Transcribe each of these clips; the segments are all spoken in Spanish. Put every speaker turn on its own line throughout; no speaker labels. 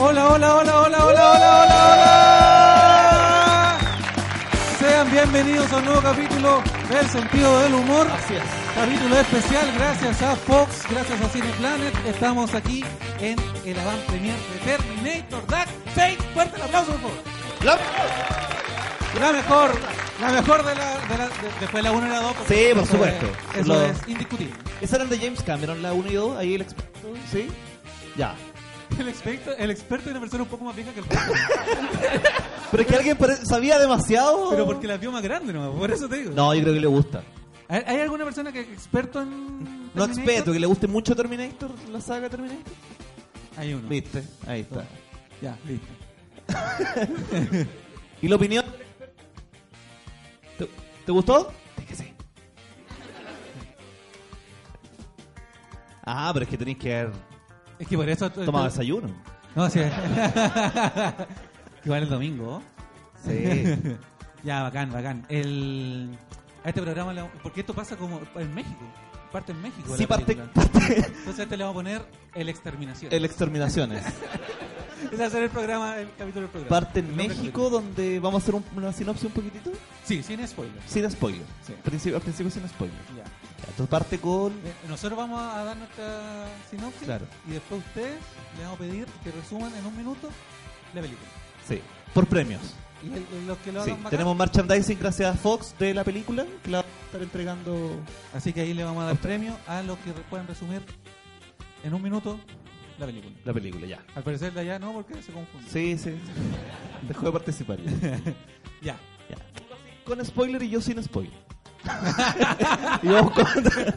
Hola, hola, hola, hola, hola, hola, hola, hola. Sean bienvenidos a un nuevo capítulo del sentido del humor.
Así es.
Capítulo especial gracias a Fox, gracias a Cineplanet. Estamos aquí en el avant premier de Terminator Dark Fate. Fuerte el aplauso, por favor. La mejor, la mejor de la... De la de- después la 1 y la 2.
Sí, por supuesto.
Eso
Lo-
es indiscutible.
Esa eran de James Cameron, la 1 y 2, ahí el experto, ¿sí? Ya.
El experto, el experto es una persona un poco más vieja que el juego,
Pero es que alguien pare- sabía demasiado.
pero porque la vio más grande, ¿no? Por eso te digo.
No, yo creo que le gusta.
¿Hay hay alguna persona que experto en.?
No
Terminator?
experto, que le guste mucho Terminator, la saga Terminator.
Hay uno.
Viste, ahí está.
Ya, listo.
¿Y la opinión? ¿Te, te gustó? que sí. Ah, pero es que tenéis que haber
Es que por eso.
tomado desayuno.
No, sí. Igual el domingo. ¿oh?
Sí.
Ya, bacán, bacán. El... A este programa, le... porque esto pasa como en México. Parte en México.
Sí,
la
parte,
película.
parte
Entonces a este le vamos a poner El Exterminación.
el exterminaciones.
Ese va a ser el programa, el capítulo del programa.
Parte
El
en
nombre
México, donde vamos a hacer un- una sinopsis un poquitito.
del- Sí, sin spoilers.
Sin spoiler.
Sí.
Principio, al principio sin spoiler.
Ya.
Entonces parte con...
Eh, Nosotros vamos a dar nuestra sinopsis
Claro.
y después ustedes les vamos a pedir que resuman en un minuto la película.
Sí. Por premios.
Y el- los que lo
Sí.
hagan bacán,
Tenemos merchandising gracias a Fox de la película, que la va a estar entregando...
Así que ahí le vamos a dar premio a los que puedan resumir en un minuto la película.
La película, ya.
Al parecer de allá no, porque se confunde.
Sí, sí. Dejó de participar. Ya.
Ya.
Ya. Con spoiler y yo sin spoiler. y, vamos con-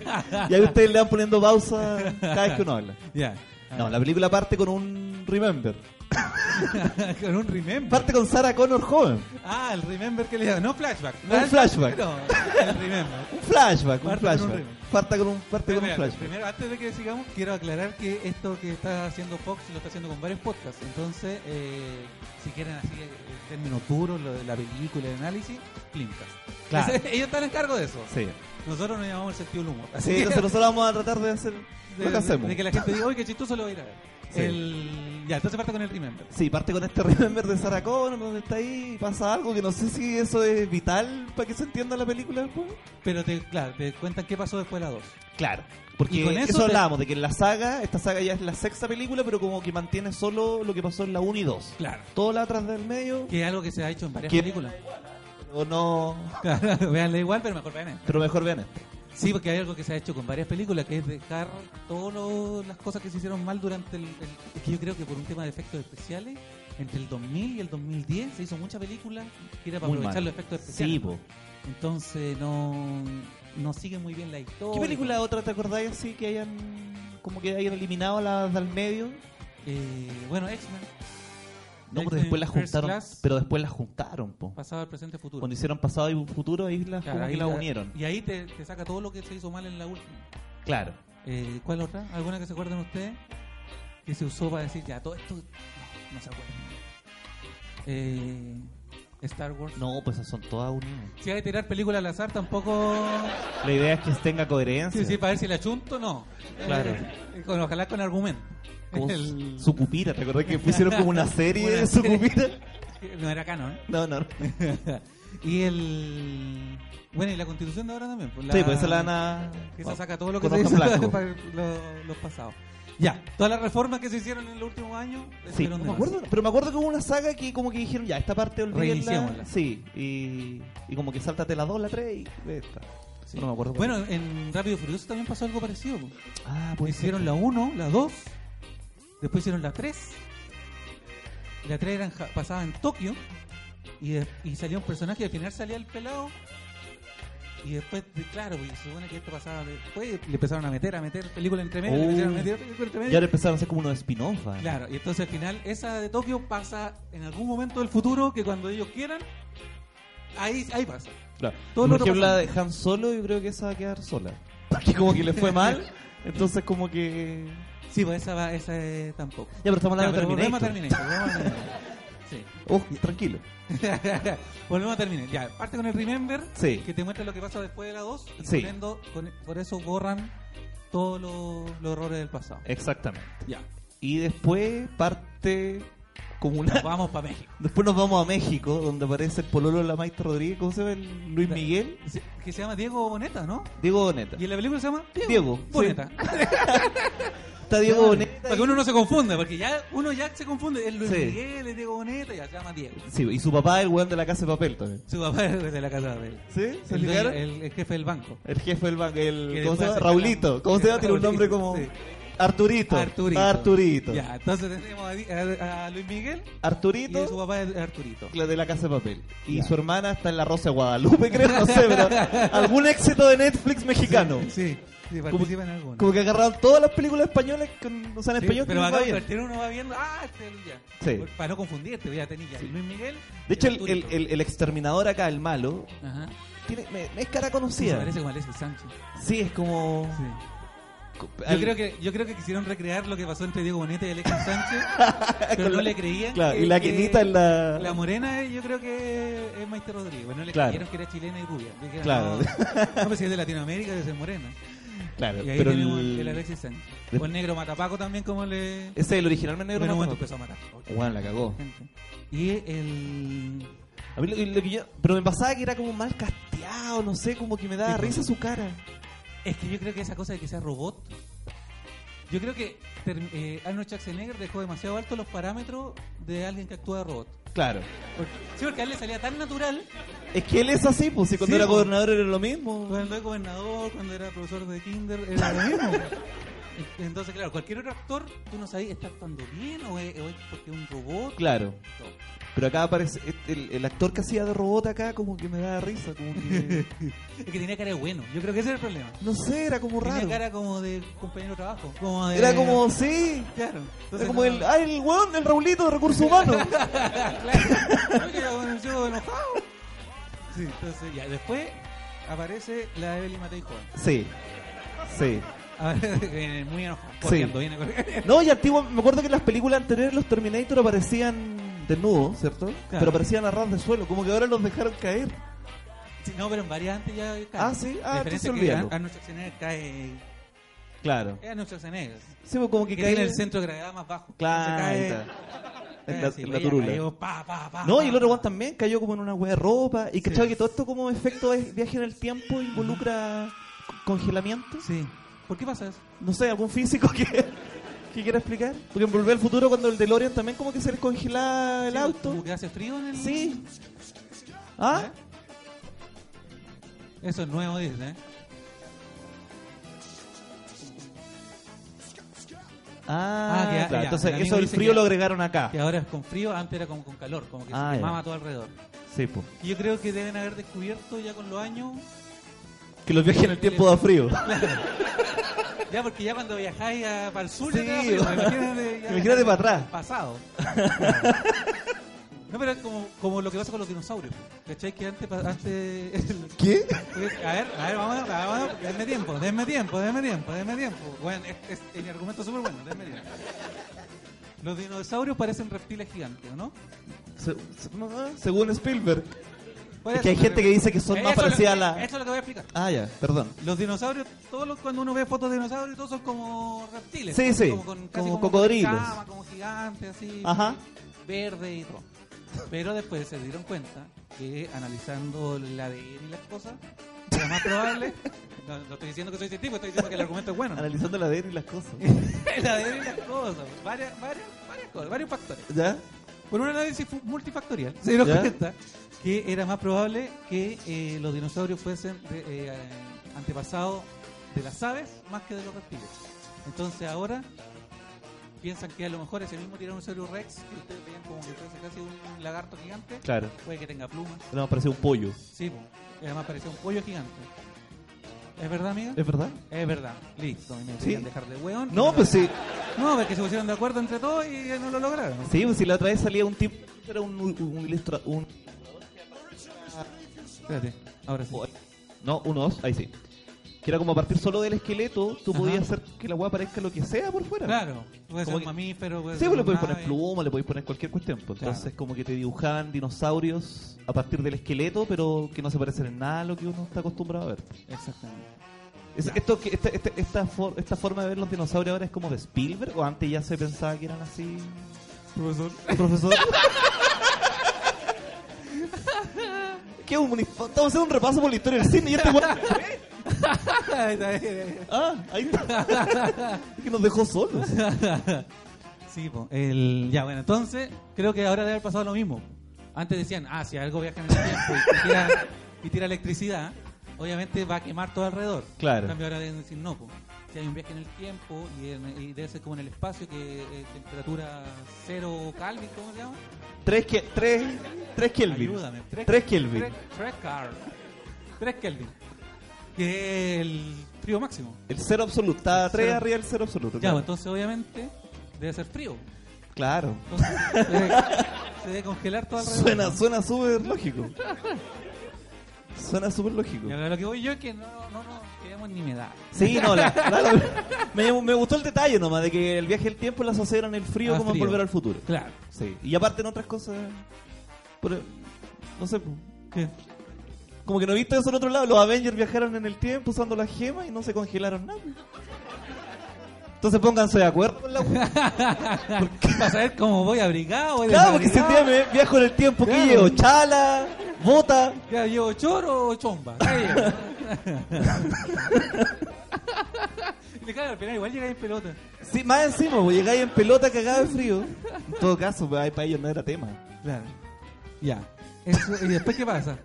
y ahí ustedes le van poniendo pausa cada vez que uno habla.
Ya.
No, la película parte con un Remember.
con un remember.
Parte con Sarah Connor joven.
Ah, el remember que le da. No flashback.
Un flashback.
No, el remember.
Un flashback, un
Parte con un
flashback.
remember.
Parte con un, parte con un
Espera,
flashback.
primero, antes de que sigamos, quiero aclarar que esto que está haciendo Fox lo está haciendo con varios podcasts. Entonces, eh, si quieren así eh, en términos puros, lo de la película, el análisis, Climcast.
Claro.
Entonces, Ellos están en cargo de eso.
Sí.
Nosotros nos llamamos el sentido del humor.
Sí,
que-
entonces nosotros vamos a tratar de hacer
de,
lo que
de-
hacemos.
de que la gente diga, oye, qué chistoso lo voy a ir a ver.
Sí.
El- ya, entonces parte con el Remember.
Sí, parte con este Remember de Sarah Connor, donde está ahí, pasa algo que no sé si eso es vital para que se entienda la película después.
Pero te, claro, te cuentan qué pasó después de la 2.
Claro. Porque
Y con eso
eso,
te-
hablábamos, de que en la saga, esta saga ya es la sexta película, pero como que mantiene solo lo que pasó en la 1 y 2.
Claro.
Todo la atrás del medio,
Que es algo que se ha hecho en varias
Que-
películas.
pero no...
Claro, véanla igual, pero mejor vean esta.
Pero mejor vean esto.
Sí, porque hay algo que se ha hecho con varias películas, que es dejar todas las cosas que se hicieron mal durante el, el- Es que yo creo que por un tema de efectos especiales, entre el 2000 y el 2010 se hizo mucha película que era para
Muy
aprovechar
mal.
los efectos especiales.
Sí, po.
Entonces no, no sigue muy bien la historia.
¿Qué película otra te acordáis así que hayan como que hayan eliminado las del medio?
Eh, bueno, X-Men,
No, pero
X-Men
después las
First
juntaron.
Class.
Pero después las juntaron, po.
pasado al presente futuro.
Cuando hicieron pasado y futuro, ahí las
Claro,
como
ahí
que las
la-
unieron.
Y ahí te, te saca todo lo que se hizo mal en la última.
Claro.
Eh, ¿Cuál otra? ¿Alguna que se acuerden ustedes? Que se usó para decir, ya, todo esto no, no se acuerdan. Eh, Star Wars.
No, pues esas son todas unidas.
Si hay que tirar películas al azar, tampoco...
La idea es que tenga coherencia.
Sí, sí, para ver si la chunto, no.
Claro.
Eh, con, ojalá con argumento.
Como
El-
Sucupira, ¿te acordás que pusieron como una serie
Una
de
serie.
Sucupira?
No era canon.
No, no.
¿eh? y el... Bueno, y la constitución de ahora también. pues,
Sí, pues esa la van a...
Que se saca todo lo que
con
se
ojos
hizo
blancos.
para lo- los pasados. Ya, todas las reformas que se hicieron en los últimos años.
Sí, no
fueron
me
de
acuerdo,
base.
pero me acuerdo que hubo una saga que como que dijeron, ya, esta parte olvídenla.
Reiniciémosla.
Sí, y, y como que sáltate la 2, la 3 y de esta.
Sí.
No me acuerdo.
Bueno, en Rápido y Furioso también pasó algo parecido. po.
ah,
Pues hicieron la 1, la 2, después hicieron la 3. La 3 eran, ja- pasaba en Tokio y, de- y salía un personaje y al final salía el pelado. Y después, de- claro, pues, se supone que esto pasaba después. Le empezaron a meter, a meter película entre medio. le
Oh.
empezaron a meter película entre medio.
Y ahora empezaron a hacer como unos spin-off. ¿ah?
Claro, y entonces al final esa de Tokio pasa en algún momento del futuro que cuando ellos quieran, ahí, ahí pasa.
Claro.
Todo lo
Por
otro
ejemplo, la
pasa.
de Han Solo, yo creo que esa va a quedar sola. Porque como que le fue mal, entonces como que...
Sí, pues esa, va- esa eh, tampoco.
Ya, pero estamos
Ya,
hablando
pero
de
volvemos a
Terminator.
Terminator. volvemos a Terminator. Sí.
Oh, tranquilo.
Volvemos a terminar. Ya, parte con el Remember,
Sí.
que te muestra lo que pasa después de la 2. y
Sí.
Por, endo- con- por eso borran todos los, los errores del pasado.
Exactamente.
Ya,
Y después parte como una...
nos vamos para México.
Después nos vamos a México, donde aparece el pololo de la Maestra Rodríguez, ¿cómo se llama? El Luis Miguel.
Sí, Que se llama Diego Boneta, ¿no?
Diego Boneta.
Y en la película se llama Diego,
Diego,
Boneta.
Está Diego Boneta.
Para que uno no se confunda, porque ya uno ya se confunde. Es Luis
Sí.
Miguel, es Diego Boneta, ya se llama Diego.
Sí, y su papá es el weón de la casa de papel también.
Su papá es de la casa de él.
¿Sí? ¿Se
El, dueño-
ligaron?
el- el jefe del banco.
El jefe del banco, el.
Que
¿Cómo se
después
llama?
hace-
Raulito. ¿Cómo se llama? Tiene un nombre
Raulito,
como.
sí.
Arturito.
Arturito.
Arturito.
Ya, entonces tenemos a Di- a- a Luis Miguel Y su
Arturito.
papá es Arturito.
la De la casa de papel. Y su hermana está en la Rosa de Guadalupe, creo, no sé, pero algún éxito de Netflix mexicano.
Sí, sí participa en alguno.
Como que agarraron todas las películas españolas, con, o sea, en
Sí,
español, que
pero
les va
acá
bien.
divertir uno va viendo. Ah, este es el ya.
Sí.
Por- Para no confundirte, voy a tener ya Luis Miguel. y
De hecho, el, el,
Arturito.
el- el exterminador acá, el malo,
Ajá.
tiene, me- me es cara
Sí,
conocida.
parece como Alexis Sánchez.
Sí, es como.
Sí.
co-
Yo,
al-
creo que, yo creo que quisieron recrear lo que pasó entre Diego Boneta y Alexis Sánchez, pero
Con
no
la-
le creían.
Claro,
que-
y la
que-
quinita en la.
La morena eh, yo creo que es Maite Rodríguez. Bueno, le
Claro.
creyeron que era chilena y rubia. Dijeron,
Claro.
No, no, pues si es de Latinoamérica, debe ser morena.
Claro,
Y ahí
pero
tenemos
el.
el... Alexis Sánchez.
de-
O el negro Matapaco también, como le...
Ese es el originalmente negro.
Pero
no
bueno, empezó
conozco.
a matar. Ok.
Bueno, la cagó.
Gente. Y el.
A mí lo, lo que yo. Pero me pasaba que era como mal casteado, no sé, como que me daba
Sí,
risa
pues.
su cara.
Es que yo creo que esa cosa de que sea robot. Yo creo que ter- eh, Arnold Schwarzenegger dejó demasiado altos los parámetros de alguien que actúa de robot.
Claro.
Porque- sí, porque a él le salía tan natural
Es que él es así, pues, si cuando
Sí,
era
pues.
gobernador era lo mismo.
cuando era gobernador, cuando era profesor de kinder, era lo mismo. Entonces, claro, cualquier otro actor, tú no sabes, ¿está actuando bien o es, o es porque es un robot?
Claro.
Todo.
Pero acá aparece. este- El, el actor que hacía de robot acá, como que me daba risa, como que.
Es que tenía cara de bueno. Yo creo que ese era el problema.
No sé, era como
Tenía
raro.
cara como de compañero de trabajo. Como de-
Era como, sí.
Claro.
Era
Entonces,
como
no-
el. ¡Ah, el weón del Raulito de recursos humanos!
claro. Oye, con el ciego enojado. Sí, entonces ya. Después aparece la Evelyn Matei joven.
sí. Sí.
Aparece- viene Muy enojada. Corriendo, viene corriendo.
No, y antiguo, me acuerdo que en las películas anteriores los Terminator aparecían desnudos, ¿cierto? Pero aparecían a ras de suelo, como que ahora los dejaron caer.
Sí, no, pero en variantes ya. cae.
Ah, sí.
La
Ah,
diferencia
entonces
es
olvídalo.
que Arnold Schwarzenegger cae.
Claro.
Es Arnold Schwarzenegger.
Sí, pues como que
Que cae
caen
en el centro de gravedad más bajo.
Claro, ahí
Entonces
está.
cae- eh,
en
cae
la,
así,
en la
ella
turula.
cayó, pa, pa, pa,
No,
pa,
y el
pa.
otro Juan también cayó como en una hueá de ropa. Y cachaba que todo esto como efecto de viaje en el tiempo involucra congelamiento.
Sí. ¿Por qué pasa eso?
No sé, algún físico que, que quiera explicar. Porque en Volver al Futuro cuando el DeLorean también como que se descongelaba el
Sí,
auto.
Como que hace frío en el.
Sí. ¿Ah?
¿Eh? Eso es nuevo, dice, ¿eh?
Ah,
Ah, que-
claro.
ya,
Entonces,
el amigo
eso del
dice
frío
que-
lo agregaron acá.
Que ahora es con frío, antes era como con calor, como que
Ah, ya.
se quemaba todo alrededor.
Sí, pues.
Y Yo creo que deben haber descubierto ya con los años.
Que los viajes en el tiempo da frío.
Ya, porque ya cuando viajáis a- para el sur, ya
Sí,
te da frío,
bueno.
imagínate, ya
Imagínate para atrás.
Pasado. No, pero es como, como lo que pasa con los dinosaurios. ¿Cachai? Que antes. pa- antes
¿Qué?
Pues, a ver, a ver, vamos a ver, vamos a ver. Denme tiempo, denme tiempo, denme tiempo, denme tiempo. Bueno, es, es, el argumento es súper bueno, denme tiempo. Los dinosaurios parecen reptiles gigantes, ¿o ¿no?
Se- se- no, ah, según Spielberg.
Por
Es que hay
pero-
gente que dice que son
Eh,
más
eso es lo-
parecidas a la-
Eso es lo que voy a explicar.
Ah, ya, perdón.
Los dinosaurios, todos los- cuando uno ve fotos de dinosaurios, todos son como reptiles.
Sí,
como-
sí,
Como, con, casi
como
como
cocodrilos.
con cama, como gigantes, así.
Ajá.
Verde y todo. Pero después se dieron cuenta que analizando el ADN y las cosas, lo más probable, no, no estoy diciendo que soy científico, estoy diciendo que el argumento es bueno.
Analizando la ADN y las cosas.
el ADN y las cosas, varias, varias, varias cosas, varios factores.
¿Ya?
Por un análisis fu- multifactorial, se dieron
¿Ya?
cuenta que era más probable que eh, los dinosaurios fuesen de- eh, antepasados de las aves más que de los reptiles. Entonces ahora piensan que a lo mejor ese mismo tiranosaurio rex, que ustedes veían como que fuese casi un lagarto gigante,
Claro.
puede que tenga plumas.
No, parece un pollo.
Sí, po. y además parecía un pollo gigante. ¿Es verdad, amiga?
¿Es verdad?
Es verdad. Listo, y me
Sí.
querían dejar de weón.
No, pues sí.
No, es que se pusieron de acuerdo entre todos y eh, no lo lograron.
Sí, pues si la otra vez salía un tipo. Era un, un ilustra- un-
Espérate, ahora sí.
No, un os, ahí sí. Que era como a partir solo del esqueleto, tú
Ajá.
podías hacer que la weá parezca lo que sea por fuera.
Claro, puede ser
Como
un
que-
mamífero, puede
Sí,
ser
pues le
un
podéis poner
ave.
pluma, le podéis poner cualquier cuestión. pues.
Claro.
Entonces, como que te dibujaban dinosaurios a partir del esqueleto, pero que no se parecen en nada a lo que uno está acostumbrado a ver.
Exactamente.
Es-
Ya.
esto, que- esta, esta- esta for- esta forma de ver los dinosaurios ahora es como de Spielberg, o antes ya se pensaba que eran así.
Profesor.
profesor. ¿Qué un unif- Estamos haciendo un repaso por la historia del cine y este weón- Ah, ahí está. Es que nos dejó solos.
sí, po, el... ya, bueno, entonces creo que ahora debe haber pasado lo mismo. Antes decían, ah, si algo viaja en el tiempo y tira, y tira electricidad, obviamente va a quemar todo alrededor.
Claro.
En cambio ahora deben decir, no, po. si hay un viaje en el tiempo y, en- y debe ser como en el espacio que eh, temperatura cero Kelvin, ¿cómo se llama?
Tres, que, tres, tres Kelvin.
Ayúdame.
Tres, Kelvin.
Tres, tres Car. Tres Kelvin. Que es el frío máximo.
El cero absoluto. Está tres
Cero.
arriba del cero absoluto.
Ya,
claro.
pues, entonces obviamente debe ser frío.
Claro.
Entonces, se debe- se debe congelar todo alrededor.
Suena, suena súper lógico. Suena súper lógico.
Y ahora lo que voy yo es que no no nos quedemos ni medallas.
Sí, no, la, la- me, me gustó el detalle nomás de que el viaje del tiempo la asociaron el frío
Ah,
como en
frío.
volver al futuro.
Claro.
Sí. Y aparte en otras cosas. por- e- no sé. pues,
¿Qué?
Como que no he visto eso en otro lado. Los Avengers viajaron en el tiempo usando las gemas y no se congelaron nada. Entonces pónganse de acuerdo con la
Para saber cómo voy abrigado, voy
Claro, porque si un día
desabrigado.
me viajo en el tiempo, que
Claro.
llevo? Chala, bota.
Ya, ¿Llevo choro o chomba? ¿Qué llevo? Y claro, al final igual llega en pelota.
Sí, más encima, pues llegáis en pelota cagada de frío. En todo caso, pues, ahí para ellos no era tema.
Claro. Ya. Eso- ¿Y después qué pasa?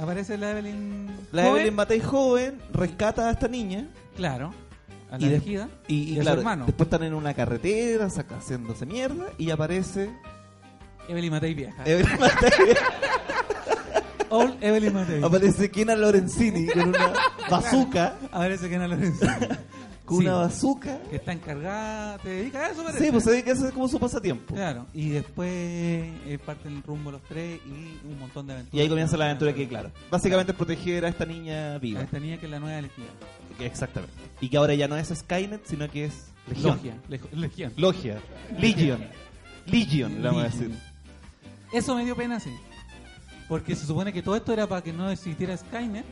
Aparece la Evelyn.
La
joven.
Evelyn Matei joven rescata a esta niña.
Claro. A la
Y de-
elegida.
Y, y
a
claro,
su hermano.
después están en una carretera, saca- haciéndose mierda, y aparece
Evelyn Matei vieja.
Evelyn Matei.
Old Evelyn Matei.
aparece Kena Lorenzini con una bazooka.
Aparece que no lo menciona.
Con
Sí,
una bazooka.
Que está encargada, te dedica a eso, parece.
Sí, pues se ve que ese es como su pasatiempo.
Claro, y después eh, parten rumbo los tres y un montón de aventuras.
Y ahí comienza la aventura que, claro, básicamente es proteger a esta niña
A
viva.
esta niña que es la nueva elegida.
Exactamente. Y que ahora ya no es Skynet, sino que es Legión.
Logia. Lej- Legión.
Logia. Legion. Legion, le vamos a decir.
Eso me dio pena, sí. Porque se supone que todo esto era para que no existiera Skynet.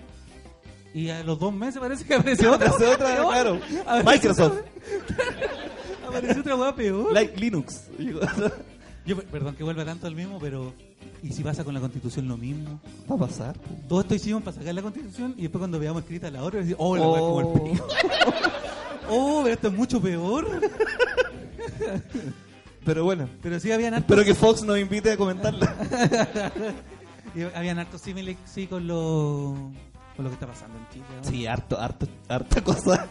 Y a los dos meses parece que apareció otra.
Hace
hueá
otra,
peor.
claro.
Apareció
Microsoft.
otra- Apareció otra hueá peor.
Like Linux.
Yo, per- perdón que vuelva tanto al mismo, pero. ¿Y si pasa con la constitución lo mismo?
Va a pasar.
Todo esto hicimos para sacar la constitución y después cuando veamos escrita la otra, decimos, oh, la hueá es como el
Oh.
pico. Oh, pero esto es mucho peor.
Pero bueno.
Pero sí habían hartos,
Espero que Fox nos invite a comentarla.
y eh, habían hartos símiles sí, con lo, con lo que está pasando en Chile. ¿no?
Sí, harto, harto, harta cosa.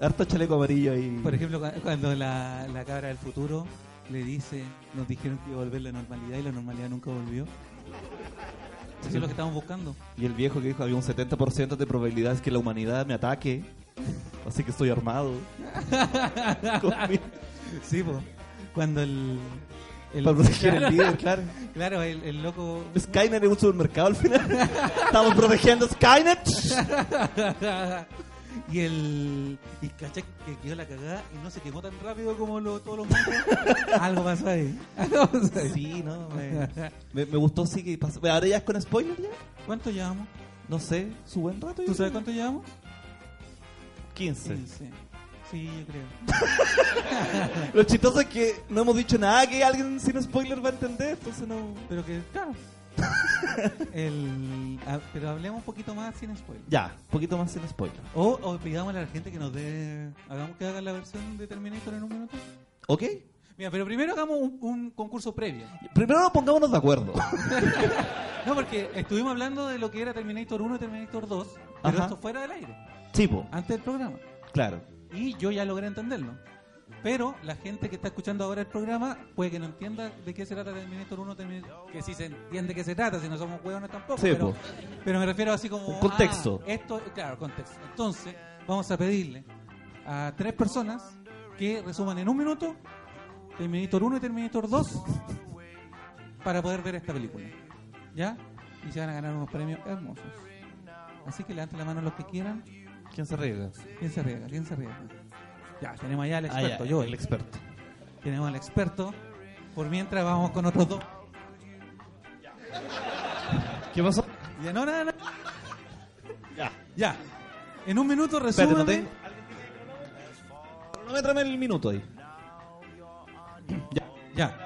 Harto chaleco amarillo ahí.
Por ejemplo, cua- cuando la, la cabra del futuro le dice, nos dijeron que iba a volver la normalidad y la normalidad nunca volvió. Eso es lo que estamos buscando.
Y el viejo que dijo había un 70% de probabilidades que la humanidad me ataque. Así que estoy armado. Con mi-
Sí, po. cuando el... el-
Para proteger al líder, claro.
Claro, el, el loco...
Skynet es un supermercado al final. Estamos protegiendo a Skynet.
y el... Y caché que quedó la cagada y no se quemó tan rápido como lo- todos los mundos. Algo pasó ahí. Algo pasó ahí.
Sí, no, me, me, me gustó sí que pasó. Ahora ya es con spoiler ya.
¿Cuánto llevamos?
No sé, su buen
¿Tú
rato. yo
sabes
creo.
cuánto llevamos?
15.
Sí, sí, yo creo.
Lo chistoso es que no hemos dicho nada que alguien sin spoiler va a entender, entonces no.
Pero que, claro. El- ah, pero hablemos un poquito más sin spoiler.
Ya, un poquito más sin spoiler.
O, o pidámosle a la gente que nos dé. Hagamos que haga la versión de Terminator en un minuto.
¿Ok?
Mira, pero primero hagamos un, un concurso previo.
Primero pongámonos de acuerdo.
No, porque estuvimos hablando de lo que era Terminator 1 y Terminator 2, pero
Ajá.
esto fuera del aire,
Chipo,
antes del programa.
claro.
Y yo ya logré entenderlo. Pero la gente que está escuchando ahora el programa puede que no entienda de qué se trata Terminator 1, Terminator- que si se entiende qué se trata, si no somos hueones tampoco.
Sí,
pero,
po.
pero me refiero así como...
Un contexto.
ah, esto, claro, contexto. Entonces, vamos a pedirle a tres personas que resuman en un minuto Terminator 1 y Terminator 2 para poder ver esta película. ¿Ya? Y se van a ganar unos premios hermosos. Así que levanten la mano los que quieran.
¿Quién se arriesga?
¿Quién se arriesga? ¿Quién se arriesga? Ya, tenemos allá al
Ah,
experto,
ya,
yo.
el experto.
Tenemos al experto. Por mientras vamos con otros dos.
¿Qué pasó?
Ya, no, no, no.
Ya.
Ya. En un minuto
Espérate,
resumen.
no te... Cronómetrame el minuto ahí. Ya.
Ya.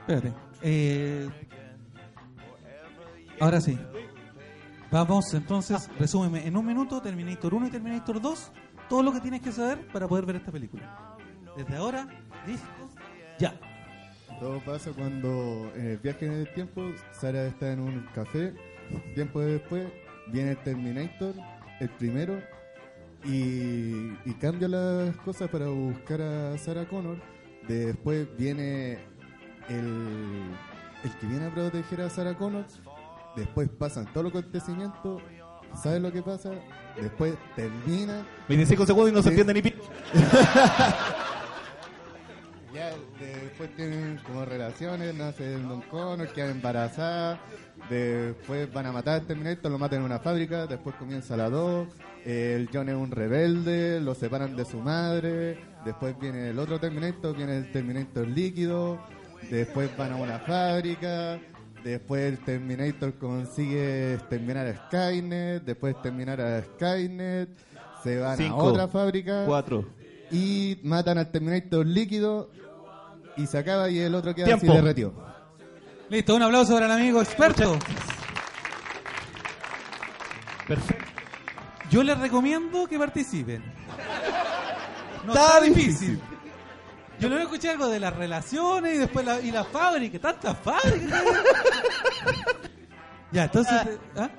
Espérate. Eh, ahora sí. Vamos, entonces, resúmeme. En un minuto, Terminator 1 y Terminator 2. Todo lo que tienes que saber para poder ver esta película. Desde ahora, listo, ya.
Todo pasa cuando en el viaje en el tiempo, Sara está en un café, tiempo después viene el Terminator, el primero, y, y cambia las cosas para buscar a Sarah Connor. Después viene el, el que viene a proteger a Sarah Connor. Después pasan todos los acontecimientos, ¿sabes lo que pasa? Después termina
25 segundos y no se entiende ni pi...
Ya después tienen como relaciones, nace el Don Connor, quedan embarazadas, después van a matar al Terminator, lo matan en una fábrica, después comienza la 2, el John es un rebelde, lo separan de su madre, después viene el otro Terminator, viene el Terminator líquido, después van a una fábrica, después el Terminator consigue terminar a Skynet, después terminar a Skynet, se van
Cinco,
a otra fábrica
Cuatro.
y matan al Terminator líquido y se acaba y el otro queda
Tiempo.
así derretido.
Listo, un aplauso para el amigo experto.
Perfecto.
Yo les recomiendo que participen. No
Está
está difícil. Yo luego escuché algo de las relaciones y después la, y la fábrica, tantas fábricas. ya, entonces. eh, ¿ah?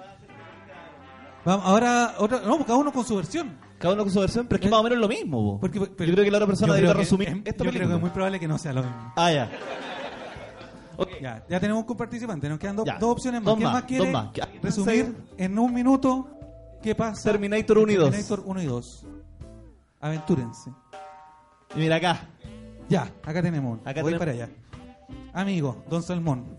Vamos, ahora, otra, no, pues cada uno con su versión.
Cada uno con su versión, pero es que más o menos es lo mismo. po.
Eh. Porque, pero-
yo creo que la otra persona
yo
debería
creo que-
resumir
em,
esta
yo creo que
película.
es muy probable que no sea lo mismo.
Ah, ya. Ok.
Ya, ya tenemos un participante, nos quedan do-
Ya.
dos opciones más.
Dos
¿Quién
más,
más quiere
dos más. Ya.
resumir en un minuto qué pasa?
Terminator 1 y 2.
Terminator 1 y 2. Aventúrense.
Y mira acá.
Ya, acá tenemos.
Acá
Voy
tenemos.
para allá. Amigo, Don Salmón.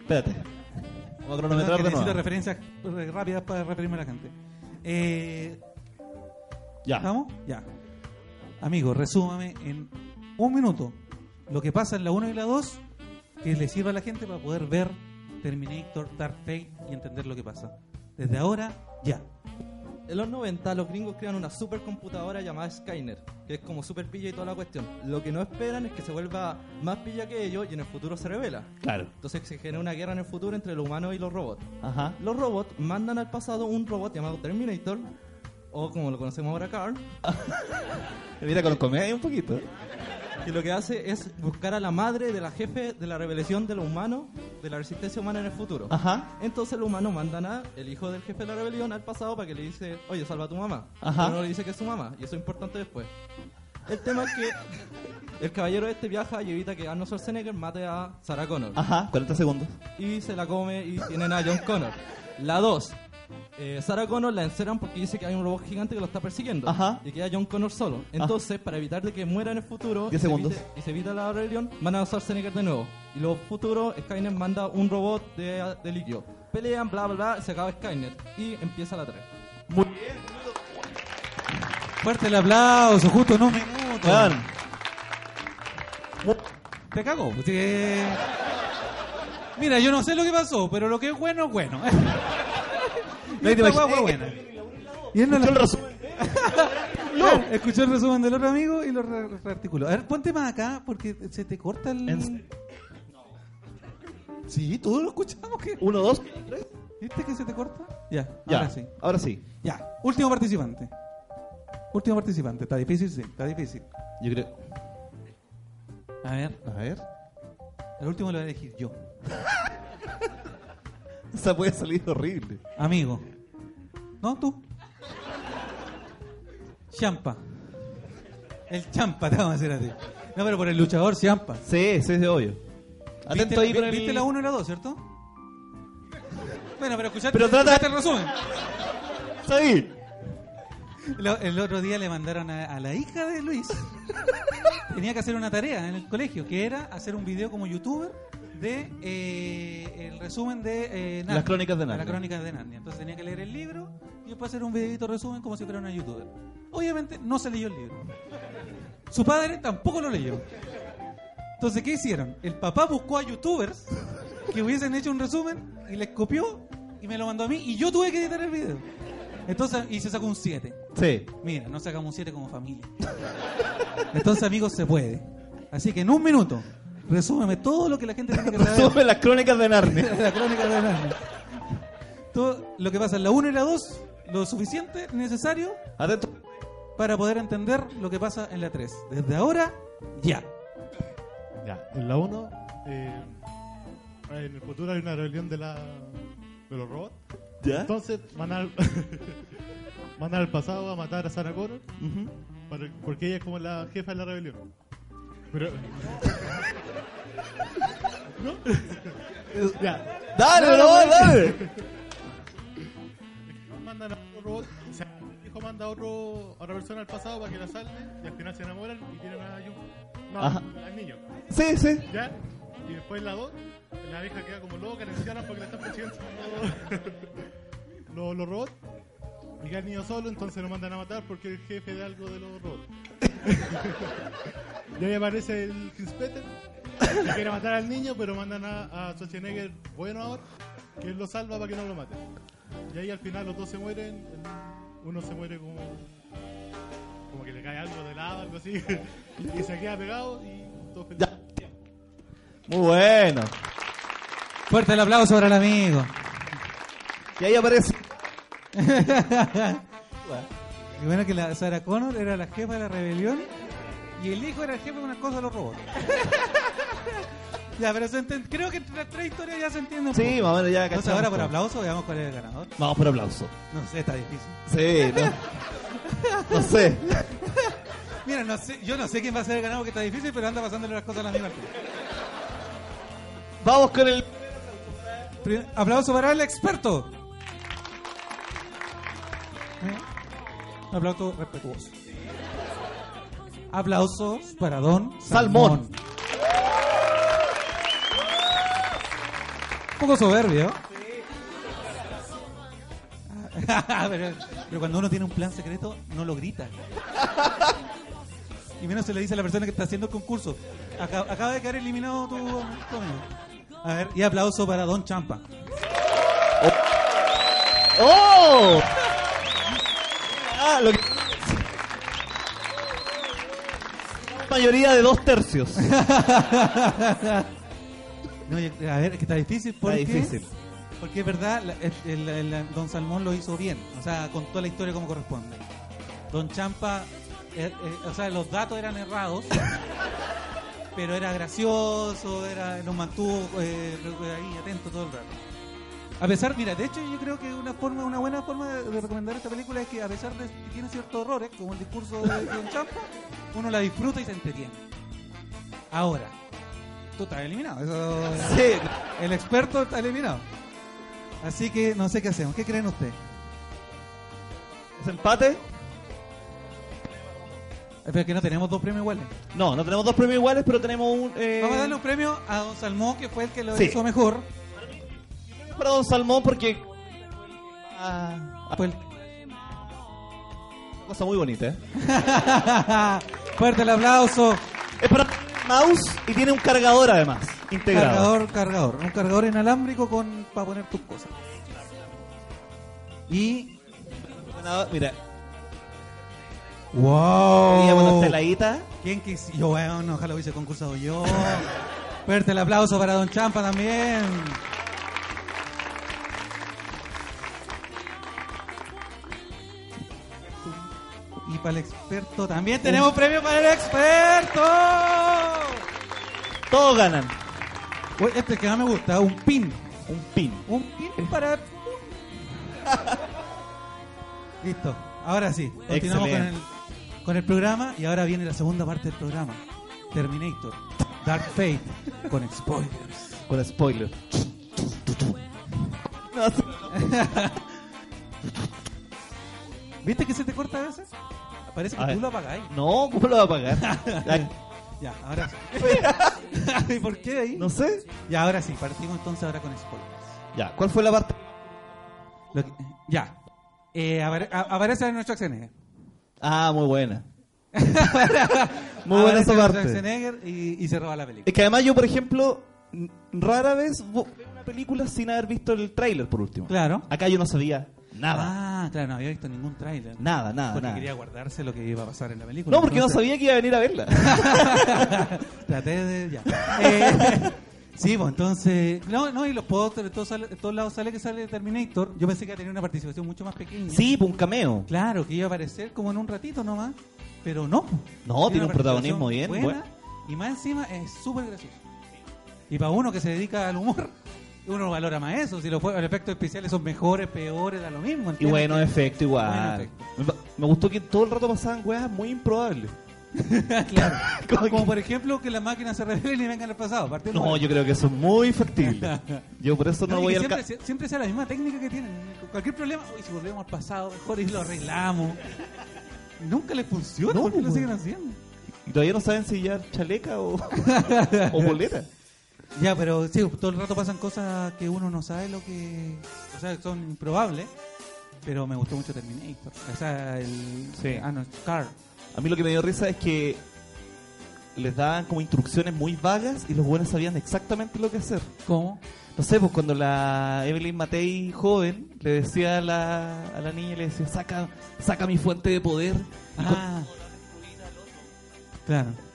Espérate. Vamos a
Perdón,
cronometrar
que
de
necesito
nuevo.
referencias eh, rápidas para referirme a la gente. Eh,
Ya.
¿Estamos? Ya. Amigo, resúmame en un minuto lo que pasa en la 1 y la 2 que le sirva a la gente para poder ver Terminator, Dark Fate y entender lo que pasa. Desde ahora, ya.
En los 90 los gringos crean una supercomputadora llamada Skynet, que es como super pilla y toda la cuestión. Lo que no esperan es que se vuelva más pilla que ellos y en el futuro se revela.
Claro.
Entonces se genera una guerra en el futuro entre los humanos y los robots.
Ajá.
Los robots mandan al pasado un robot llamado Terminator, o como lo conocemos ahora Carl,
Mira, con comedia un poquito.
que lo que hace es buscar a la madre de la jefe de la rebelión de los humanos, de la resistencia humana en el futuro.
Ajá.
Entonces los humanos mandan a el hijo del jefe de la rebelión al pasado para que le dice, oye, salva a tu mamá.
Ajá.
Pero no le dice que es su mamá, y eso es importante después. El tema es que el caballero este viaja y evita que Arnold Schwarzenegger mate a Sarah Connor.
Ajá. 40 segundos.
Y se la come y tienen a John Connor. La 2. Sarah Connor la encerran porque dice que hay un robot gigante que lo está persiguiendo.
Ajá.
Y queda John Connor solo. Entonces, para evitar de que muera en el futuro...
Diez
y se
segundos.
evite- y se evita la rebelión, van a Schwarzenegger de nuevo. Y los futuros, Skynet manda un robot de, de líquido. Pelean, bla, bla, bla, se acaba Skynet. Y empieza la 3.
Fuerte el aplauso, justo en un minuto.
Weón.
Te cagó. pues, eh. Mira, yo no sé lo que pasó, pero lo que es bueno es bueno.
No
Esta
te imaginas-
guagua es buena. eh, Y él no la-
Yo el resumen.
Claro, Escuchó el resumen del otro amigo y lo re- rearticuló. A ver, ponte más acá porque se te corta el.
En-
Sí, todos lo escuchamos. que
Uno, dos, tres.
¿Viste que se te corta? Ya,
Ya.
ahora sí.
Ahora sí.
Ya, último participante. Último participante. Está difícil, sí, está difícil.
Yo creo.
A ver,
A ver.
el último lo voy a elegir yo.
Esa puede salir horrible.
Amigo. ¿No tú? Champa. El champa te vamos a hacer a ti. No, pero por el luchador, champa.
Sí, sí, es de hoyo.
¿Viste,
Atento ahí
vi-
con el.
viste la 1 y la 2, ¿cierto? Bueno, pero escuchaste,
Pero trata-
escuchaste el resumen.
ahí.
Lo- el otro día le mandaron a, a la hija de Luis. Tenía que hacer una tarea en el colegio, que era hacer un video como youtuber de eh, el resumen de eh, Narnia.
Las crónicas de Narnia.
Las crónicas de Narnia. Entonces tenía que leer el libro y después hacer un videito resumen como si fuera una youtuber. Obviamente no se leyó el libro. Su padre tampoco lo leyó. Entonces, ¿qué hicieron? El papá buscó a youtubers que hubiesen hecho un resumen y les copió y me lo mandó a mí y yo tuve que editar el video. Entonces, y se sacó un 7.
Sí.
Mira, no sacamos un 7 como familia. Entonces, amigos, se puede. Así que en un minuto, resúmeme todo lo que la gente tiene que saber
Resume las crónicas de Narnia.
de la crónica de Narnia. Todo lo que pasa en la 1 y la 2, lo suficiente, necesario,
Atento.
para poder entender lo que pasa en la 3. Desde ahora, ya.
Ya, en la 1, Eh, en el futuro hay una rebelión de, la, de los robots.
¿Ya?
Entonces van al, van al pasado a matar a Sarah Connor para- porque ella es como la jefa de la rebelión. Pero. ¿No? ya.
Dale, bro, dale.
Mandan a otro robot. O sea, el hijo manda a, otro, a otra persona al pasado para que la salve y al final se enamoran y tienen a Jung. No,
Ajá.
al niño.
Sí, sí.
¿Ya? Y después la 2, la abeja queda como loca, le encierran porque la están persiguiendo los, los, los robots. Y queda el niño solo, entonces lo mandan a matar porque es el jefe de algo de los robots. y ahí aparece el Hinspeter, que quiere matar al niño, pero mandan a, a Schwarzenegger, bueno ahora, que él lo salva para que no lo maten. Y ahí al final los dos se mueren, el- uno se muere como... Como que le cae algo de lado, algo así. y se queda pegado y todo feliz.
Ya. Muy bueno.
Fuerte el aplauso para el amigo.
Y ahí aparece.
Y bueno que la Sarah Connor era la jefa de la rebelión y el hijo era el jefe de una cosa de los robots. ya, pero se enten- creo que entre las tres historias ya se entiende un
Sí,
poco.
más o menos ya
Entonces
cachamos
ahora por
todo.
aplauso veamos cuál es el ganador.
Vamos por aplauso.
No sé, está difícil.
Sí, no. No sé.
Mira, no sé, yo no sé quién va a ser el ganador que está difícil, pero anda pasándole las cosas a la misma.
Vamos con el.
Prim- aplauso para el experto. ¿Eh? Un aplauso respetuoso. Aplausos para Don Salmón.
Salmón.
Un poco soberbio. pero, pero cuando uno tiene un plan secreto, no lo grita. Y menos se le dice a la persona que está haciendo el concurso. Aca- acaba de quedar eliminado tu, tu amigo. A ver, y aplauso para Don Champa.
¡Oh! Ah, lo que. Mayoría de dos tercios.
No, y- a ver, es que está difícil porque,
difícil.
porque es verdad, la- el- el- el- Don Salmón lo hizo bien, o sea, contó la historia como corresponde. Don Champa, eh, eh, o sea, los datos eran errados, pero era gracioso, era, nos mantuvo eh, ahí atento todo el rato. A pesar, mira, de hecho yo creo que una forma, una buena forma de, de recomendar esta película es que a pesar de que tiene ciertos horrores, como el discurso de Don Champa, uno la disfruta y se entretiene. Ahora, tú estás eliminado. Eso...
Sí.
El experto está eliminado. Así que no sé qué hacemos. ¿Qué creen ustedes? Eh,
¿Es empate?
Pero es que no tenemos dos premios iguales.
No, no tenemos dos premios iguales, pero tenemos un. eh,
Vamos a darle un premio a Don Salmón, que fue el que lo
Sí.
hizo mejor.
para Don Salmón porque. Ah,
Fue el-
una cosa muy bonita, ¿eh?
Fuerte el aplauso.
Es para mouse y tiene un cargador además. Integrado.
Cargador, cargador. Un cargador inalámbrico con para poner tus cosas. Y.
Ganador, Mira,
¡Wow!
tenía una teladita.
¿Quién que hizo? Yo, bueno, ojalá hubiese concursado yo. Fuerte el aplauso para Don Champa también. Y para el experto también tenemos premio para el experto.
Todos ganan.
Uy, Este que más me gusta, un pin.
Un pin.
Un
Eh.
pin para. Listo. Ahora sí, continuamos con el,
Excelente.
con el programa y ahora viene la segunda parte del programa: Terminator, Dark Fate, con spoilers.
Con spoiler.
¿Viste que se te corta a veces? Parece que
A
tú
ver.
lo apagáis.
No, ¿cómo lo va a pagar? Ay,
Ya, ahora sí. ¿Y por qué de ahí?
no sé.
Ya, ahora sí, partimos entonces ahora con spoilers.
Ya, ¿cuál fue la parte?
Lo que- ya. Eh, apare- a- aparece nuestro Schwarzenegger.
Ah, muy buena. muy buena
Aparece
esa
Arnold
parte.
Schwarzenegger y, y se roba la película.
Es que además yo, por ejemplo, n- rara vez vo- veo una película sin haber visto el tráiler por último.
Claro.
Acá yo no sabía nada.
Ah, claro, no había visto ningún tráiler.
Nada, nada,
Porque
nada.
quería guardarse lo que iba a pasar en la película.
No, porque no
Entonces,
sabía que iba a venir a verla.
Traté de. Ya. Eh, sí, pues entonces. No, no, y los pósters, de todos, sale- de todos lados sale que sale Terminator. Yo pensé que iba a tener una participación mucho más pequeña.
sí, pues un cameo.
Claro, que iba a aparecer como en un ratito nomás, pero no. pues.
No, tiene
una
un protagonismo
participación
bien,
buena, Y más encima es súper gracioso. Y para uno que se dedica al humor, uno valora más eso. Si los fue- los efectos especiales son mejores, peores, da lo mismo.
Y
¿entiendes?
bueno, efecto
Bueno,
igual.
efecto.
Me pa- Me gustó que todo el rato pasaban weas muy improbables.
Claro.
Como
como,
que-
por ejemplo que las máquinas se rebelen y vengan al pasado. partiendo
No,
por-
yo creo que eso es muy factible. Yo por eso
No,
no
y
voy
que
al
siempre,
ca-
se- siempre sea la misma técnica que tienen. Cualquier problema, uy, si volvemos al pasado, mejor y lo arreglamos. Nunca les funciona,
No,
¿por qué lo
pues,
siguen haciendo?
Y todavía no saben si llevar chaleca o, o boleta.
Ya, pero sí, todo el rato pasan cosas que uno no sabe lo que. O sea, son improbables. Pero me gustó mucho Terminator. O sea, el.
Sí.
Ah, no, Scar.
A mí lo que me dio risa es que les daban como instrucciones muy vagas y los buenos sabían exactamente lo que hacer.
¿Cómo?
No sé, pues cuando la Evelyn Matei joven le decía a la, a la niña, le decía, saca, saca mi fuente de poder. Y con-
Ah. Claro.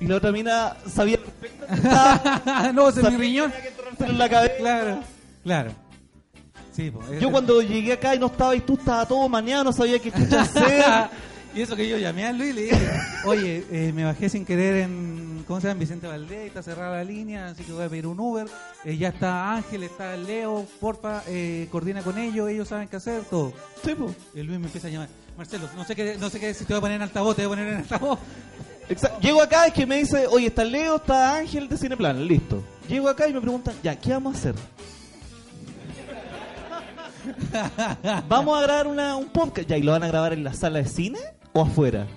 Y la otra mina sabía perfecto
Ah, no, se me
Sabía
riñón.
en la cabeza.
Claro, claro. Sí, pues.
Yo cuando llegué acá y no estaba y tú estaba todo maneado, no sabía qué chucha hacer.
y eso que yo llamé a Luis y le dije, oye, eh, me bajé sin querer en, ¿cómo se llama? En Vicente Valdés, está cerrada la línea, así que voy a pedir un Uber. Eh, ya está Ángel, está Leo, porfa, eh, coordina con ellos, ellos saben qué hacer, todo.
Sí, pues. po.
El Luis me empieza a llamar, Marcelo, no sé qué, no sé qué decir, te voy a poner en altavoz, te voy a poner en altavoz.
Exa- Llego acá, es que me dice, oye, está Leo, está Ángel de Cineplan, listo. Llego acá y me preguntan, ya, ¿qué vamos a hacer? ¿Vamos a grabar una, un podcast? Ya, ¿y lo van a grabar en la sala de cine o afuera?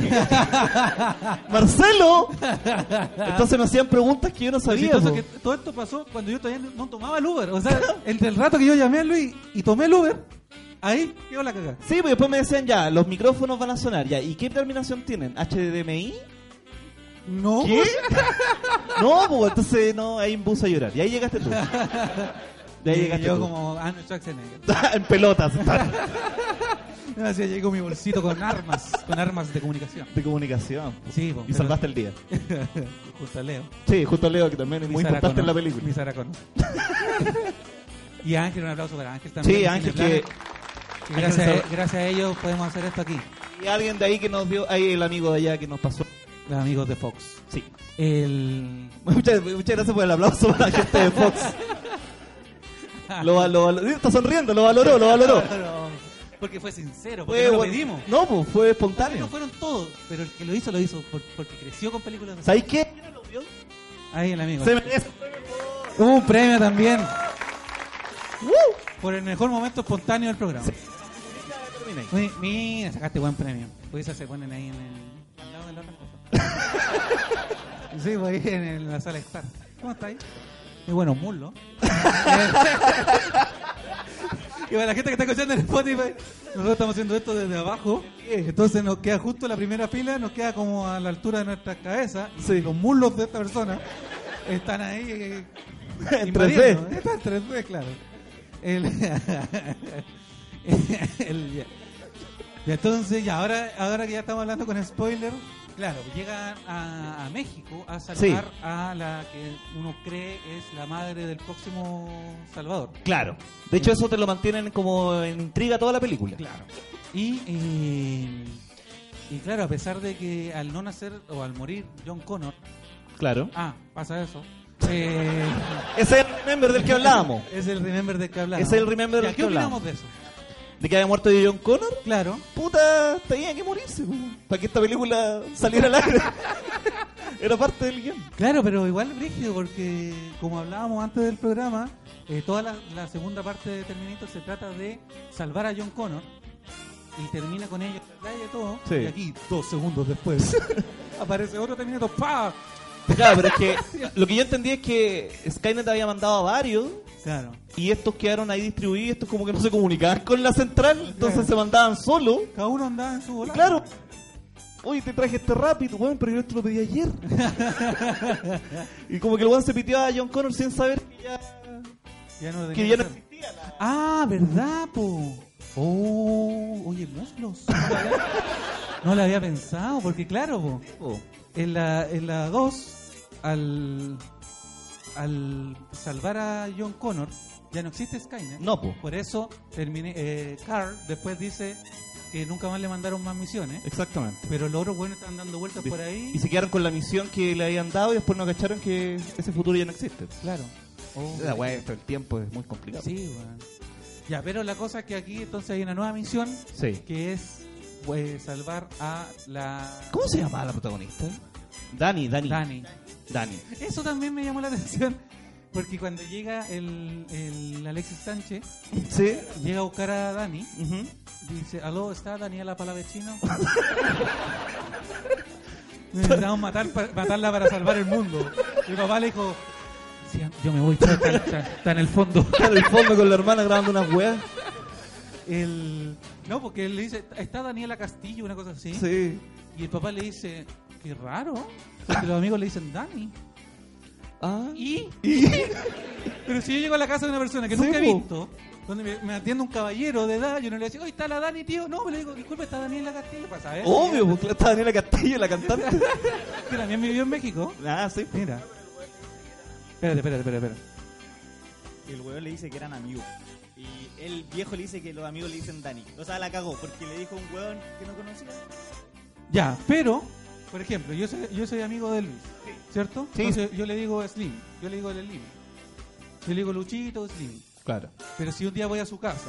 ¡Marcelo! Entonces me hacían preguntas que yo no
Lo
sabía.
chistoso
po.
es que todo esto pasó cuando yo todavía no tomaba el Uber. O sea, entre el rato que yo llamé a Luis y tomé el Uber, ahí quedó la cagada.
Sí, pero después me decían, ya, los micrófonos van a sonar, ya, ¿y qué terminación tienen? ¿HDMI?
No.
¿Qué? no, pues entonces no, ahí me puse a llorar. Y ahí llegaste tú. De ahí
Y
llegaste
yo
tú.
como Arnold Schwarzenegger.
en pelotas
Así Ah, llegó mi bolsito con armas, con armas de comunicación.
de comunicación.
Sí, po,
Y
pero-
salvaste el día.
Justo a Leo.
Sí, justo Leo, que también es
Mi
muy
Sarah
importante en la
Connor, mi
película.
Sarah Connor. y a Ángel, un aplauso para Ángel también.
Sí,
de
Ángel, que
Cineplanet, que gracias,
Ángel
a, e-, gracias a ellos podemos hacer esto aquí,
y alguien de ahí que nos dio, ahí el amigo de allá que nos pasó.
los amigos de Fox.
Sí.
El...
Muchas, muchas gracias por el aplauso para la gente de Fox. Lo, va- lo, valoró. está sonriendo, lo valoró, lo valoró.
Claro, Porque fue sincero, porque no lo
bueno,
pedimos.
No, pues fue
No
espontáneo.
fueron todos, pero el que lo hizo, lo hizo por- porque creció con películas de
¿Sabéis qué?
Ahí el amigo.
Se merece.
Hubo un premio también
¡Uh!
por el mejor momento espontáneo del programa.
Termina ahí.
Oye, mira, sacaste buen premio. Pues eso se ponen ahí en el. al lado de la otra cosa. sí, pues ahí en, el- en la sala de estar. ¿Cómo está ahí? Y bueno, muslo. y para la gente que está escuchando en Spotify, nosotros estamos haciendo esto desde abajo. Entonces nos queda justo la primera fila, nos queda como a la altura de nuestras cabezas.
Sí.
Los muslos de esta persona están ahí. eh,
En
invadiendo.
3D.
Está en 3D, claro. El, el- ya. Y entonces, ya, ahora, ahora que ya estamos hablando con spoiler, Claro, llegan a, a México a salvar
Sí.
a la que uno cree es la madre del próximo Salvador.
Claro. De hecho, eso te lo mantienen como en intriga toda la película.
Claro. Y, eh, y claro, a pesar de que al no nacer o al morir John Connor,
Claro.
ah, pasa eso. eh,
Ese es el remember del que hablábamos.
es el remember de que hablamos.
Es el remember
Ya,
del
¿Qué
que
opinamos de eso?
De que había muerto de John Connor.
Claro.
Puta, tenía que morirse. po, Para que esta película saliera al aire. Era parte del guión.
Claro, pero igual brígido, porque como hablábamos antes del programa, eh, toda la, la segunda parte de Terminator se trata de salvar a John Connor y termina con ellos en la playa y todo.
Sí.
Y aquí, dos segundos después, aparece otro Terminator, ¡pa!
Claro, pero es que lo que yo entendí es que Skynet había mandado a varios
Claro.
y estos quedaron ahí distribuidos y estos como que no se comunicaban con la central, entonces se mandaban solo.
Cada uno andaba en su
Y
volante.
claro, oye, te traje este rápido, weón, pero yo te lo pedí ayer. y como que el weón se pitió a John Connor sin saber que ya,
Ya no lo
que
tenía
ya
que
no
hacer.
existía la...
Ah, ¿verdad, po? Oh, oye, muslos. No lo había, no lo había pensado, porque claro, po. En la, en la 2, al, al salvar a John Connor, ya no existe Skynet.
No, po.
Por eso terminé, eh, Carl después dice que nunca más le mandaron más misiones.
Exactamente.
Pero los otros buenos están dando vueltas por ahí.
Y se quedaron con la misión que le habían dado y después no cacharon que ese futuro ya no existe.
Claro. Oh,
La weá, esto, el tiempo es muy complicado.
sí, weón. Ya, pero la cosa es que aquí entonces hay una nueva misión
Sí.
que es pues, salvar a la
¿Cómo se llamaba la protagonista? Dani, Dani.
Dani.
Dani.
Eso también me llamó la atención porque cuando llega el, el Alexis Sánchez,
Sí.
llega a buscar a Dani,
Ujú.
dice, aló, ¿está Daniela Palavecino? Necesitamos matar, pa- matarla para salvar el mundo. Y papá le dijo, "Sí, yo me voy, chao, está, está- está en el fondo.
Está en el fondo con la hermana grabando unas weas.
El, no, porque él le dice, está Daniela Castillo, una cosa así.
Sí.
Y el papá le dice, qué raro, porque los amigos le dicen Dani.
Ah.
¿Y? Pero si yo llego a la casa de una persona que
Sí,
nunca he
po.
visto, donde me, me atiende un caballero de edad, yo no le digo, oye, está la Dani, tío. No, me le digo, disculpa, está Daniela Castillo, pues, para saber.
Obvio, porque está Daniela Castillo, la cantante.
Que también vivió en México.
ah, sí.
Mira. Espérate, espérate, espérate. espérate.
Y el weón le dice que eran amigos. Y el viejo le dice que los amigos le dicen Dani. O sea, la cagó porque le dijo a un weón que no conocía.
Ya, pero, por ejemplo, yo soy, yo soy amigo de Luis, ¿cierto?
Sí.
Entonces, yo le digo Slim, yo le digo el Slim. Yo le digo Luchito, Slim.
Claro.
Pero si un día voy a su casa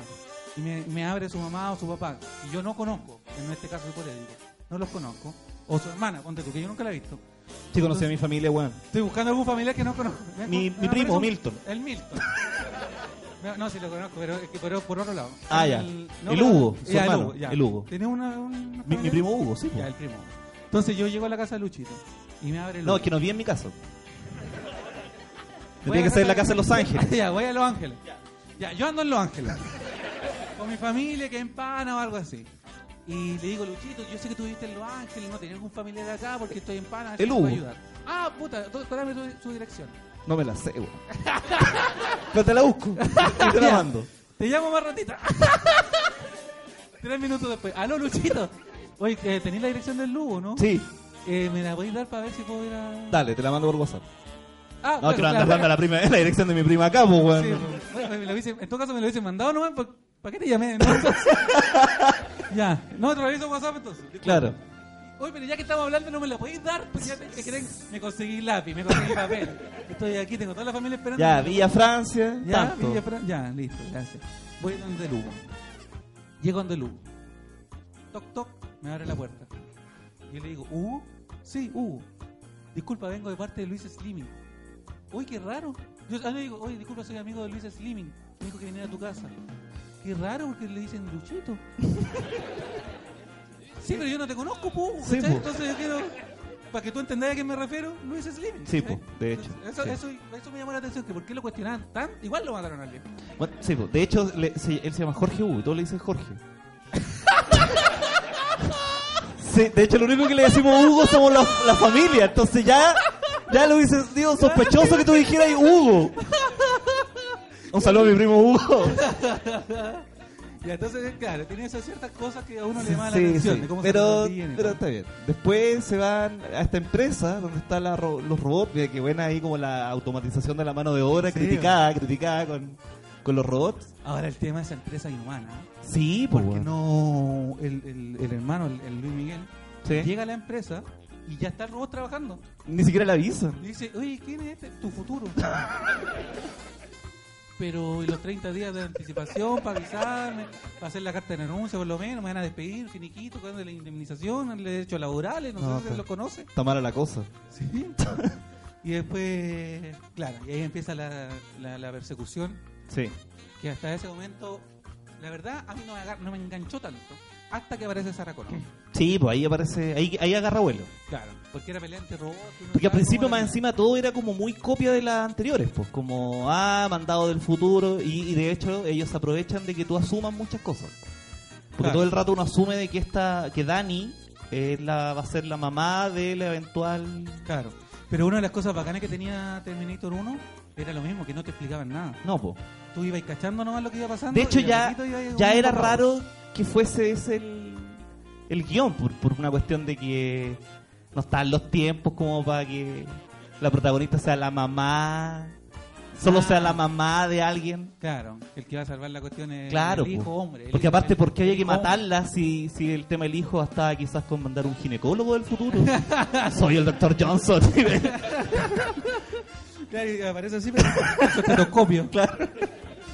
y me, me abre su mamá o su papá, y yo no conozco, en este caso hipotético, no los conozco, o su hermana, ponte tú, que yo nunca la he visto.
Sí, conocí a mi familia, weón.
Estoy buscando algún familiar que no conozco. Me-
Mi-
me
mi primo,
aparece
Milton.
El Milton. No, no, sí lo conozco, pero, es que- pero por otro lado.
Ah, ya. El
pero-
Hugo, su
ya,
hermano, el Hugo.
¿Tenés una, una
Mi, mi
familia?
primo Hugo, sí. po.
Ya, el primo. Entonces yo llego a la casa de Luchito y me abre el
No,
Hugo.
es que nos vi en mi casa.
Voy
Tenía
a
que ser en la casa de Los Ángeles.
ya, voy a Los Ángeles. Ya, yo ando en Los Ángeles. Con mi familia, que empana o algo así. Y le digo, Luchito, yo sé que tú viviste en Los Ángeles, no tenés algún familiar acá porque estoy en pana.
El
voy a
Hugo.
ayudar. Ah, puta, tú- tú dame tu- su dirección.
No me la sé, weón. Pero te la busco. Y te la mando.
Te llamo más ratita. Tres minutos después. Aló, Luchito. Oye, eh, tenés la dirección del Lugo, ¿no?
Sí.
Eh, me la voy a dar para ver si puedo ir a...
Dale, te la mando por WhatsApp.
Ah,
No,
bueno,
que no andas
claro.
dando la, prima, la dirección de mi prima acá, po, weón.
Sí, pues, bueno, me lo hubiese- en todo caso me lo hubiesen mandado nomás, ¿para, qué te llamé? no? Entonces, ya, no, te reviso WhatsApp entonces.
Claro.
Oye, pero ya que estamos hablando no me la podéis dar, pues ya te- te creen- me conseguí lápiz, me conseguí papel. Estoy aquí, tengo toda la familia esperando.
Ya, Villa Francia.
Ya,
tanto.
Villa Fran- ya, listo, gracias. Voy donde Lugo. Llego donde Lugo. Toc, toc, me abre la puerta. Yo le digo, ¿Hugo? Sí, Hugo. Disculpa, vengo de parte de Luis Slimming. Uy, qué raro. Yo ah, le digo, oye, disculpa, soy amigo de Luis Slimming. Me dijo que viniera a tu casa. Qué raro porque le dicen Luchito. sí, pero yo no te conozco, pu.
Sí,
¿cachai?
po.
Entonces yo quiero... Para que tú entendáis a quién me refiero, Luis Slimming.
Sí,
¿cachai?
po, de hecho,
Entonces, Eso,
sí.
eso, eso me llamó la atención, que por qué lo cuestionaban tan... Igual lo mataron a alguien.
Bueno, sí, po. de hecho, le- se- él se llama Jorge Hugo y todos le dicen Jorge. sí, de hecho, lo único que le decimos Hugo somos la, la familia. Entonces ya, ya lo hubiese sido sospechoso que tú dijeras Hugo. Un saludo a mi primo Hugo.
Ya, entonces, claro, tiene esas ciertas cosas que a uno le llama
Sí,
la atención.
sí.
de cómo se
pero,
conviene,
pero
¿no?
está bien. Después se van a esta empresa donde están la ro- los robots. Mira, que buena ahí como la automatización de la mano de obra,
Sí.
criticada, criticada con, con los robots.
Ahora el tema de esa empresa inhumana.
Sí,
Porque no. El, el- el hermano, el, el Luis Miguel,
Sí.
llega a la empresa y ya está el robot trabajando.
Ni siquiera la avisan.
Y dice, oye, ¿quién es este? Tu futuro. Pero en los 30 días de anticipación para avisarme, para hacer la carta de renuncia por lo menos, me van a despedir, finiquito, cobrando la indemnización, los derechos laborales, no,
No,
sé si
pero-
lo conoce.
Está mala la cosa.
Sí. y después, claro, y ahí empieza la, la, la persecución,
Sí.
que hasta ese momento, la verdad, a mí no me, agar- no me enganchó tanto, hasta que aparece Sarah Connor.
Sí, pues ahí aparece, ahí, ahí agarra vuelo.
Claro, porque era peleante robot. y uno
Porque al
sabe
principio
cómo
más
era-
encima todo era como muy copia de las anteriores, pues como, ah, mandado del futuro, y, y de hecho ellos aprovechan de que tú asumas muchas cosas. Porque
Claro.
todo el rato uno asume de que esta, que Dani es la, va a ser la mamá de la eventual...
Claro. Pero una de las cosas bacanas que tenía Terminator 1 era lo mismo, que no te explicaban nada.
No, pues.
Tú ibas cachando nomás lo que iba pasando.
De hecho
y de
ya,
poquito ibas
ya
viendo
era
todo.
raro que fuese ese el, el guión, por, por una cuestión de que no están los tiempos como para que la protagonista sea la mamá, solo
Ah.
sea la mamá de alguien.
Claro, el que iba a salvar la cuestión es
Claro,
el hijo
po.
hombre. el
Porque
hijo-
aparte,
el-
¿por qué
el
había que
hijo hombre?
matarla si, si el tema del hijo hasta quizás con mandar un ginecólogo del futuro? Soy el doctor Johnson.
Claro, y aparece así, pero su estetoscopio. Claro.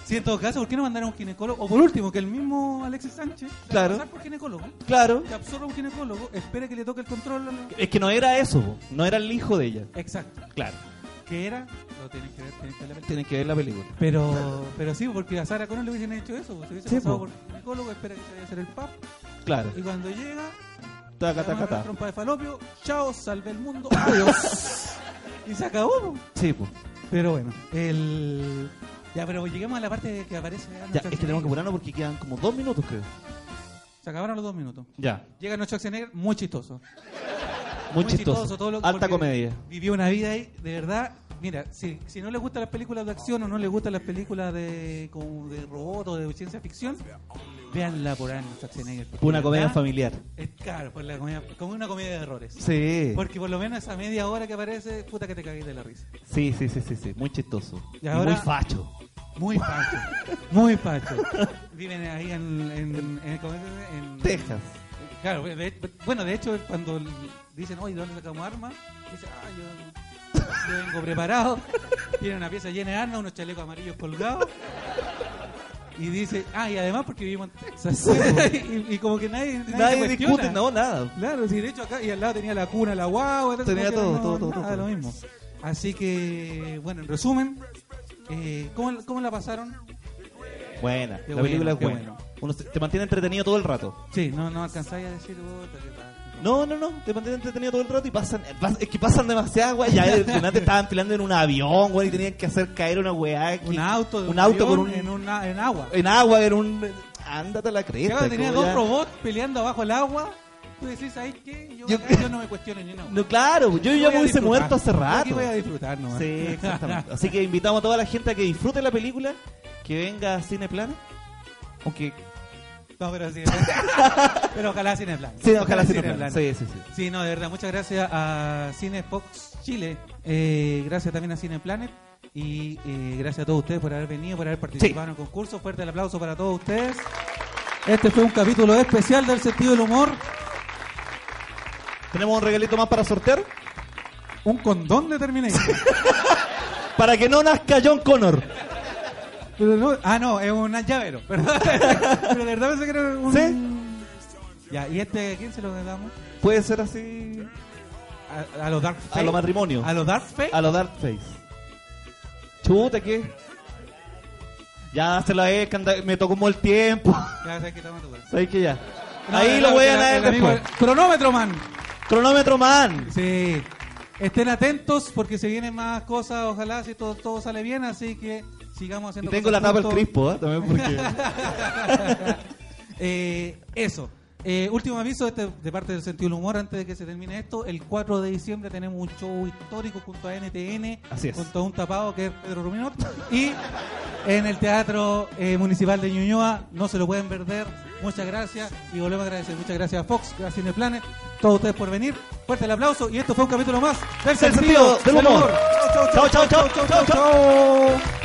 Sí, en todo caso, ¿por qué no mandaron a un ginecólogo? O por último, que el mismo Alexis Sánchez se haga
Claro.
pasar por ginecólogo.
claro.
Que absorba un ginecólogo, espere que le toque el control. al-
Es que no era eso, po. no era el hijo de ella.
Exacto.
Claro.
¿Qué era? Lo tienen que ver, tienen que ver la película.
Tienen que ver la película.
Pero, pero sí, porque a Sara Connor le hubiesen hecho eso. pues, Se hubiese
Sí,
pasado
po.
por ginecólogo, espera que se vaya a hacer el pap.
Claro.
Y cuando llega, le
Taca, taca,
mandan la
taca.
trompa de falopio, chao, salve el mundo, adiós. y se acabó. po.
Sí, po.
Pero bueno, el. Ya, pero lleguemos a la parte de que aparece. Arnold
Ya, es que
Schwarzenegger.
tenemos que apurarnos porque quedan como dos minutos, creo.
Se acabaron los dos minutos.
Ya.
Llega Noche Schwarzenegger, muy chistoso.
Muy, chistoso.
todo lo- porque
Alta comedia.
Vivió una vida ahí, de verdad. Mira, si, si no le gustan las películas de acción o no le gustan las películas de, como de robot o de ciencia ficción, véanla por Arnold Schwarzenegger. porque
Una
de
comedia
verdad,
familiar.
es- claro, por la comedia- como una comedia de errores.
Sí.
Porque por lo menos esa media hora que aparece, puta que te cagué de la risa.
Sí, sí, sí, sí, sí. Muy chistoso.
Y ahora-
Muy facho.
Muy facho, muy facho. Viven ahí en, en, en- ¿cómo se dice? en-
Texas.
Claro, de- bueno, de hecho, cuando dicen, oye, ¿de dónde sacamos armas? Dice, ah, yo, yo vengo preparado. Tiene una pieza llena de armas, unos chalecos amarillos colgados. Y dice, ah, y además porque vivimos en Texas. y, y como que nadie, nadie,
Nadie
cuestiona.
discute, no, nada.
Claro, sí, de hecho acá, y al lado tenía la cuna, la guagua, entonces
Tenía
como que
todo, todo, todo,
nada,
todo.
lo mismo. Así que, bueno, en resumen, eh, ¿cómo, ¿cómo la pasaron?
Buena.
Qué
la película
bueno,
es
qué
buena. Uno se- te mantiene entretenido todo el rato.
Sí, no, no alcanzáis a decir, "Puta, qué paja".
No, no, no. Te mantiene entretenido todo el rato y pasan. pas- es que pasan demasiadas, güey. Ya al final te estaban filando en un avión, güey. Y tenían que hacer caer una weá. que-
Un auto, de
Un auto
avión
con un.
en,
En,
una- en agua.
agua, en un. Ándate a la cresta.
Claro, tenía
como
dos
ya-
robots peleando abajo el agua. Tú decís, ¿sabes qué? Yo,
Yo-
acá yo no me cuestiono ni una.
No, claro. Yo ya me hubiese muerto hace
Aquí
rato.
voy a disfrutar nomás.
Sí, exactamente. Así que invitamos a toda la gente a que disfrute la película, que venga a Cineplanet. Aunque.
No, pero sí. pero ojalá Cineplan.
Sí, ojalá
Cineplan.
Cineplanet. Sí, sí, sí.
Sí, no, de verdad, muchas gracias a Cinefox Chile, eh, gracias también a Cineplanet y eh, gracias a todos ustedes por haber venido, por haber participado en el concurso. Fuerte el aplauso para todos ustedes. Este fue un capítulo especial del sentido del humor,
Tenemos un regalito más para sortear.
un condón de Terminator.
Para que no nazca John Connor.
Pero no- ah, no, es un llavero, ¿verdad? Pero de verdad pensé que era un... Ya, ¿y este a quién se lo damos?
Puede ser así.
A, a los Dark Fate.
A lo matrimonio.
A los Dark Fate.
A lo Darkface. Chuta, ¿qué? Ya se la he canta- me tocó como el tiempo.
Ya, sabes que estamos en tu casa.
Sabéis que ya.
No,
Ahí
no,
lo voy a
el- el
leer
amigo-
después.
Cronómetro, man.
Cronómetro Man.
Sí. Estén atentos porque se vienen más cosas, ojalá si todo, todo sale bien, así que sigamos
Y
haciendo
tengo la
cosas
tapa del
juntos.
crispo, ¿eh? También porque.
Eh, eso. Eh, último aviso este, de parte del sentido del humor antes de que se termine esto. El 4 de diciembre tenemos un show histórico junto a NTN,
Así es.
junto a un tapado que es Pedro Ruminot. Y en el Teatro eh, Municipal de Ñuñoa. No se lo pueden perder. Muchas gracias y volvemos a agradecer. Muchas gracias a Fox, gracias a Cineplanet, todos ustedes por venir. Fuerte el aplauso y esto fue un capítulo más del
Sentido del Humor.
Chau, chau, chau, chau, chau, chau, chau.